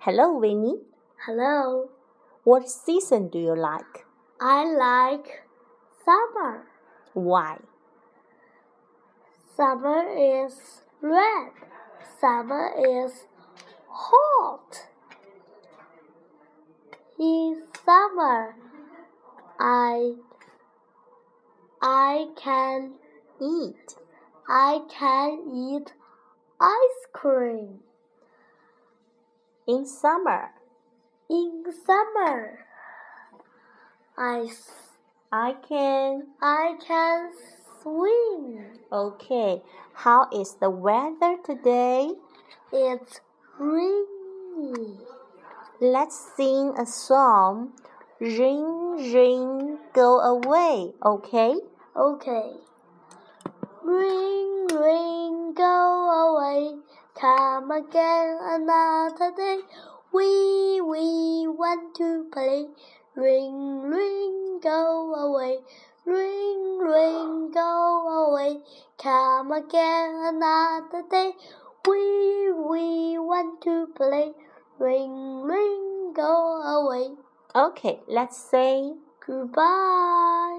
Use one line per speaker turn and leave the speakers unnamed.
Hello, Winnie.
Hello.
What season do you like?
I like summer.
Why?
Summer is red. Summer is hot. In summer, I I can eat. I can eat ice cream.
In summer,
In summer, I s-
I can.
I can swim.
Okay. How is the weather today?
It's rainy.
Let's sing a song. Ring, ring, go away. Okay?
Okay. Ring, ring, go away. Come again another day. We, we want to play. Ring, ring, go away. Ring, ring, go away. Come again another day. We, we want to play. Ring, ring, go away.
Okay. Let's say.
Goodbye.